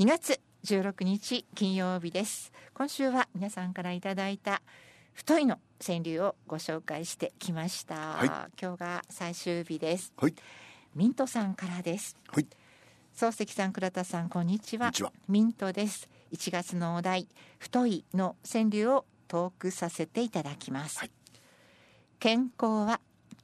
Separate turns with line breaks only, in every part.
2月16日金曜日です今週は皆さんからいただいた太いの川柳をご紹介してきました、
い
今日が最終日です
はい
ミントさんからです
はい
漱石さん倉田さんこんにち
こん
は
にちは
ミントです1月のお題太いの川柳をトークさせていただきます、
はい
健康は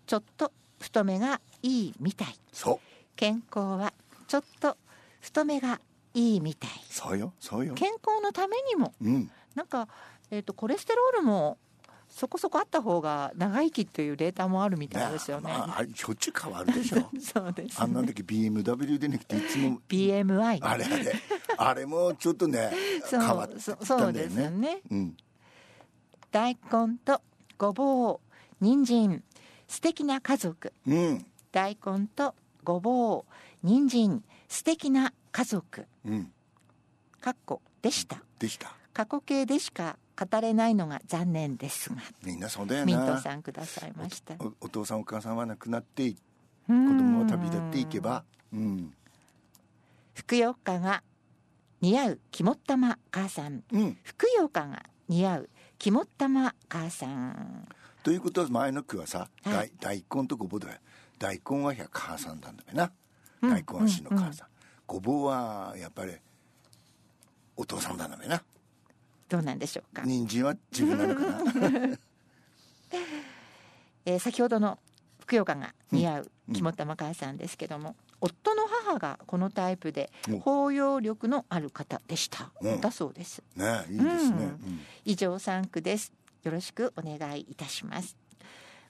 ちょっと太めがいいみたい
そう
健康はちょっと太めがいいみたい
そうよそうよ
健康のためにも
うん
なんか、えー、とコレステロールもそこそこあった方が長生きというデータもあるみたいですよね。
まああれしょっちゅう変わるで しょ
そうです
あんなん
ね。
だけ BMW でなくていつも
BMI
あれあれあれもちょっとね
そ
変わっ
う
て
そ
き
うそ
た
うん
だよ
ですよ
ね
ね。
うん
大根とごぼう、人参、素敵な家族。
うん
大根とごぼう、人参、素敵な家族。
うん
かっこでした。
でした
過去形でしか語れないのが残念ですが。
みんなそうだよ
ミント
な
さんくださいました。子
おお父さんお母さんは亡くなって子供は旅立っていけばうん
ふくよかが似合う肝っ玉母さん
うん
ふくよかが似合う肝っ玉母さん
ということは前の句はさ、
はい
大大根とごぼうだよ大根は百母さんなんだべな、
うん
大根は死の母さん、ごぼうはやっぱりお父さんなんだべな
どうなんでしょうか、
人参は自分なのかな
えー先ほどのふくよかが似合う
うん
肝っ玉母さんですけども、夫の母がこのタイプで
お
包容力のある方でした、
うん
だそうです
ねえいいですね、
うん以上三区ですよろしくお願いいたします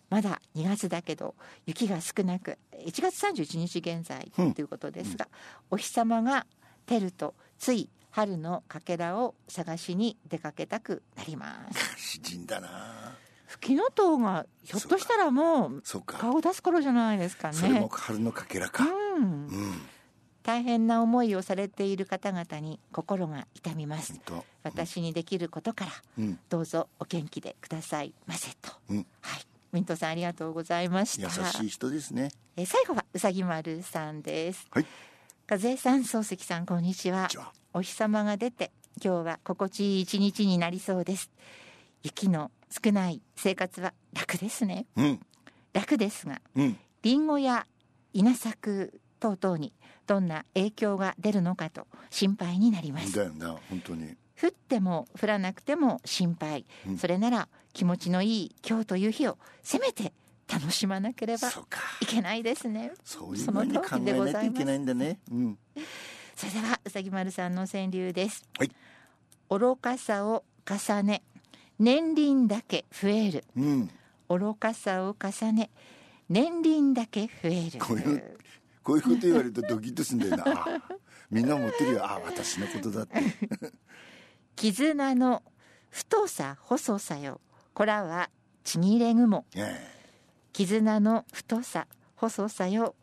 まだ2月だけど雪が少なく1月31日現在
うん
ということですが、お日様が照るとつい春のかけらを探しに出かけたくなります
詩人だな
吹きの塔がひょっとしたらもう
そうか
顔出す頃じゃないですか
それ
ね
も春のかけらか、
う
うん
ん、大変な思いをされている方々に心が痛みま
ほん
す
と
私にできることから
うん
どうぞお元気でくださいませと、
うん
はいミントさんありがとうございまし
優
た
しい人ですね
えー最後はうさぎ丸さんです
はい
和江さん漱石さんこんにちは
じゃあ
お日様が出て今日は心地いい一日になりそうです雪の少ない生活は楽ですね
うん
楽ですが
うん
リンゴや稲作等々にどんな影響が出るのかと心配になります
だよな本当に
降っても降らなくても心配、
うん
それなら気持ちのいい今日という日をせめて楽しまなければ
そうか
いけないですね
そういうふうに考
その通り
え
でございま
ない
す
といけないんだねうん
それではうさぎ丸さんの川柳です、
はい
愚かさを重ね年輪だけ増える
うん
愚かさを重ね年輪だけ増える
こういうこういうこと言われるとドキッとすんだよな。あみんな思ってるよ。あ私のことだって。
絆の太さ細さよこらはちぎれ雲
え
絆の太さ細さよ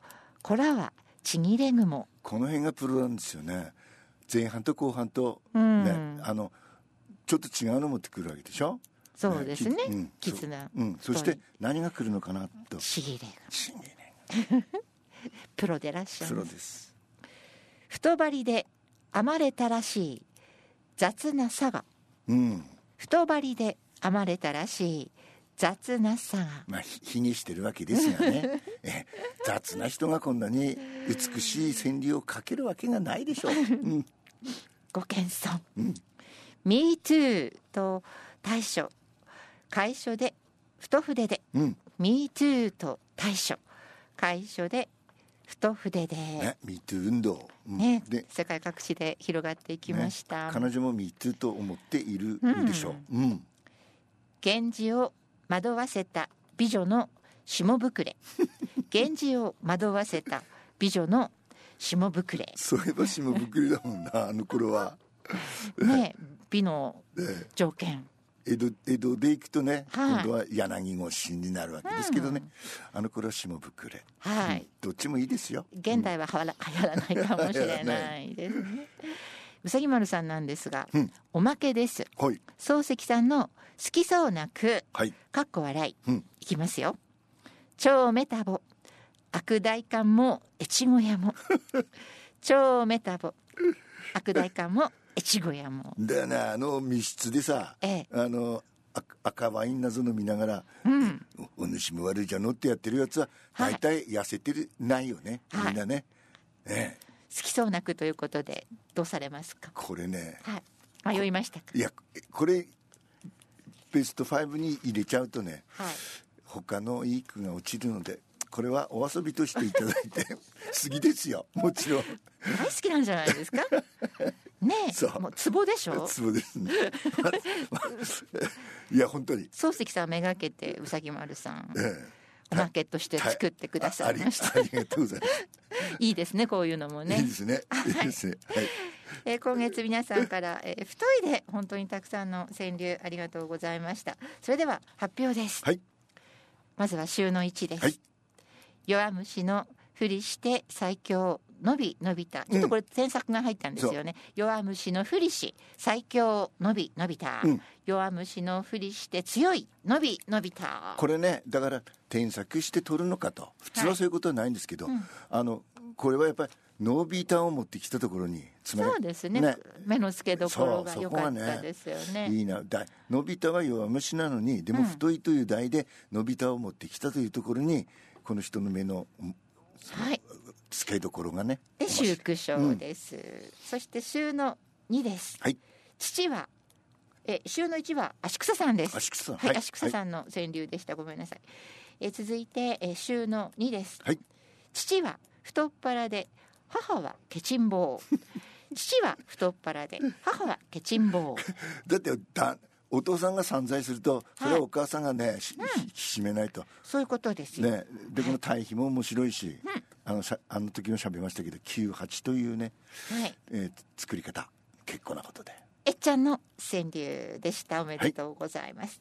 こらはちぎれ雲
この辺がプロなんですよね。前半と後半と、
う
ね
ん、
あのちょっと違うの持ってくるわけでしょ。
そうですね
きうん
絆
そううん。そして何が来るのかなと。
ちぎれ
信玄ね
プロでらっしゃい
プロ
ます
です。
太張りで編まれたらしい雑なさが
うん。
太張りで編まれたらしい雑なさが
まあひひげしてるわけですが ね。え雑な人がこんなに美しい川柳をかけるわけがないでしょう。うん。
ご謙遜、
ん
Me too と大書楷書で太筆で
うん。
Me too と大書楷書で太筆で、
ね、ミート運動。うん
ね、
で
世界各地で広がっていきました、
ね彼女も「ミートゥーと思っている
うん
でしょう、うん
源氏を惑わせた美女の下膨 れ源氏を惑わせた美女の下膨れ
そういえば下ぶくりだもん なあの頃は、
ね美の
え
条件
え江戸江戸で行くとね、
はい
今度は柳越しになるわけですけどね、あの頃は下ぶくれ、
はい
どっちもいいですよ
現代ははら 流行らないかもしれないですねうさぎ丸さんなんですが、
うん
おまけです
はい
漱石さんの好きそうな句
はい
かっこ笑い、
うん
いきますよ超メタボ 悪代官も越後屋も超メタボ悪代官も越後屋も
だよねあの密室でさ、
ええ
あのあ赤ワインなどの見ながら、
うん
おお主も悪いじゃのってやってるやつは
はい
大体痩せてる、ないよね
はい
みんなね、ええ、
好きそうな句ということでどうされますか
これね
はい迷いましたか
いやこれベスト5に入れちゃうとね
はい
他のいい句が落ちるのでこれはお遊びとしていただい て杉ですよもちろん
大好きなんじゃないです かね
そう
えもうツボでしょ
そうで すねいや本当に、
漱石さんめがけてうさぎ丸さん
え
おまけとして作ってく
え、あ
ださいました、
ありありがとうございます
いいですねこういうのも ね
いいですねいいですねはい
えー今月皆さんから、えー太いで本当にたくさんの川柳ありがとうございましたそれでは発表です、
はい
まずは週の1です、
はい
弱虫のふりして最強のびのびたちょっとこれ添削が入ったんですよね、弱虫のふりし最強のびのびた、
うん
弱虫のふりして強いのびのびた
これねだから添削して取るのかと普通はそういうことはないんですけど、
うん
あのこれはやっぱりノービーターを持ってきたところにつまり
そうですね
ね
目の付けどころが
そう
良
そこ
か
は
っ
ね
たですよね
いいなだのび太は弱虫なのにで
う
も
ん
太いという題でのび太を持ってきたというところにこの人の目のうん
はい
付けどころがね
で
面白い
修句章です、そして週の2です、
はい
父はえ週の1は足草さんです
足草さん
はい、
はい
足草さんの川柳でしたごめんなさいえ続いてえ週の2です、
はい
父は太っ腹で母はケチンボウ 父は太っ腹で母はケチンボウ
だってだお父さんが散財するとそれ
はい
はお母さんがねし、ひしめないと
そういうことですよ、
ねでこの対比も面白いし、あのしゃあの時も喋りましたけど98というね、
はい
えー作り方結構なことで
えっちゃんの川柳でしたおめでとうございます、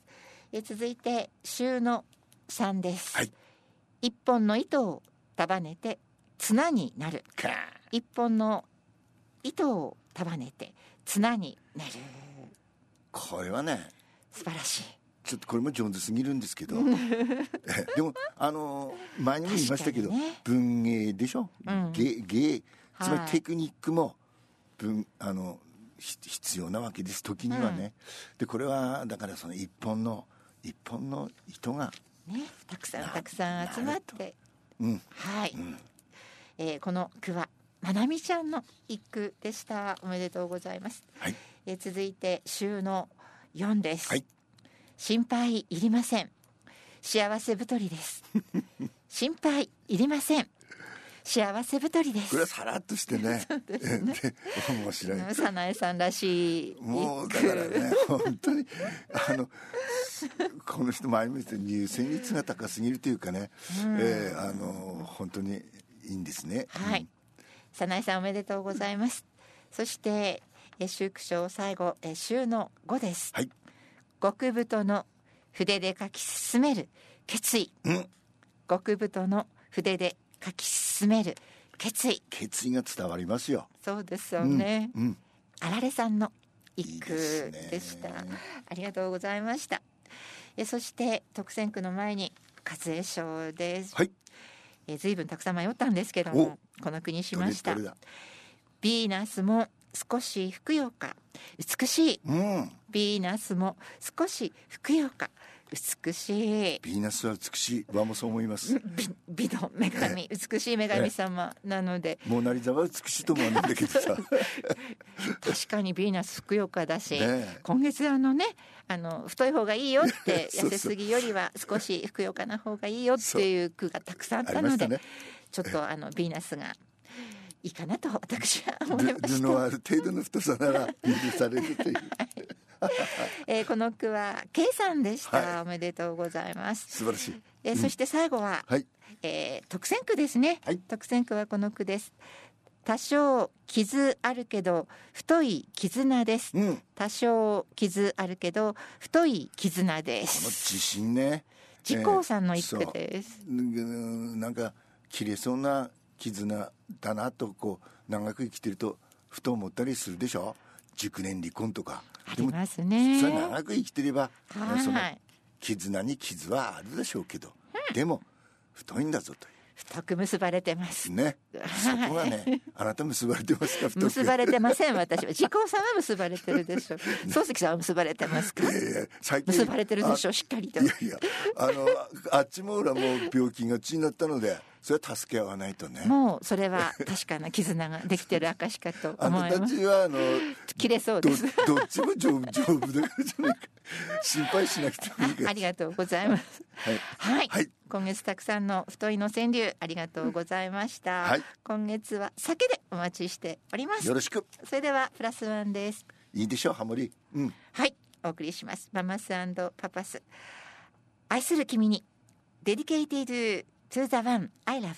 え続いて週の3です、
はい
一本の糸を束ねて綱になる
カーン
一本の糸を束ねて綱になる
これはね
素晴らしい
ちょっとこれも上手すぎるんですけど えでもあの前にも言いましたけど、
確かにね
文芸でしょ、
うん
芸芸つま
はい
りテクニックも文あのひ必要なわけです時にはね、でこれはだからその一本の一本の糸が
ねたくさん
な
たくさん集まって
うん
はい、
ん
えーこの句はまなみちゃんの一句でしたおめでとうございます、
はい
えー続いて週の4です、
はい
心配いりません幸せ太りです 心配いりません幸せ太りです
これはさらっとし てね で面白い
うん早苗さんらしい
もうだ
一
から
句
ね本当にあのすこの人前も言って入選率が高すぎるというかね、えーあの本当にいいんですね。
は
うん
い早苗さんおめでとうございますそしてえ修句章最後え週の5です、
はい
極太の筆で書き進める決意、
うん
極太の筆で書き進める決意
決意が伝わりますよ。
そうですよね、
うん、
あられさんの一
い
句
いですね
でしたありがとうございましたえそして特選句の前に和江賞です、
はい
えずいぶんたくさん迷ったんですけどもこの句にし
どれ
ました
どれだ。
ヴィーナスも少しふくよか美しい
うん、
ヴィーナスも少しふくよか美しい
ヴィーナスは美しい。わもそう思います。
美の女神美しい女神様なので
モナリザは美しいとも思うんだ けどさ。
確かにヴィーナスふくよかだし、
ねえ
今月あのねあの太い方がいいよって
そうそう
痩せすぎよりは少しふくよかな方がいいよっていう句がたくさんあったので、
ありまし
ちょっとあのヴィーナスがいいかなと私は思いまし
図図
た。
のある程度の太さなら許されるという。
えーこの句は K さんでした、
はい
おめでとうございます。
素晴らしい。
えーそして最後は、
はい。
えー特選句ですね、
はい
特選句はこの句です。多少傷あるけど太い絆です。
うん。こ
多少傷あるけど太い絆で
の
す
自信ね。
自公さんの一
え
句
ーそう
です、
うんなんか切れそうな絆だなとこう長く生きてるとふと思ったりするでしょ熟年離婚とか
あ
で
り
も
ます
実は
ね
長く生きてれば、
はい
その絆に傷はあるでしょうけど、でも太いんだぞという
太く結ばれてます。
ねそこがねあなた結ばれてますか太く
結ばれてません 私は。自公さんは結ばれてるでしょう。漱石さんは結ばれてますか
い。やいや最近
結ばれてるでしょう。しっかりと
い。やいやあのあっちも裏も病気がちになったのでそれは助け合わないとね
もうそれは確かな絆ができてる証かと
あ
思
な
い
た
ま
た
す。
ちはあの
切れそう
ど
です。
どっちも丈夫丈夫だからじゃないか心配しなくてもいいか
あ
ら
りがとうございます。
はい
はい。
はい
今月たくさんの太いの川柳ありがとうございました。
はい
今月は酒でお待ちしております
よ。ろしく
それではプラスワンです。
いいでしょうハモリうん
はい、お送りします。ママスパパス。愛する君に。デディケイティドゥトゥザワンアイラブ。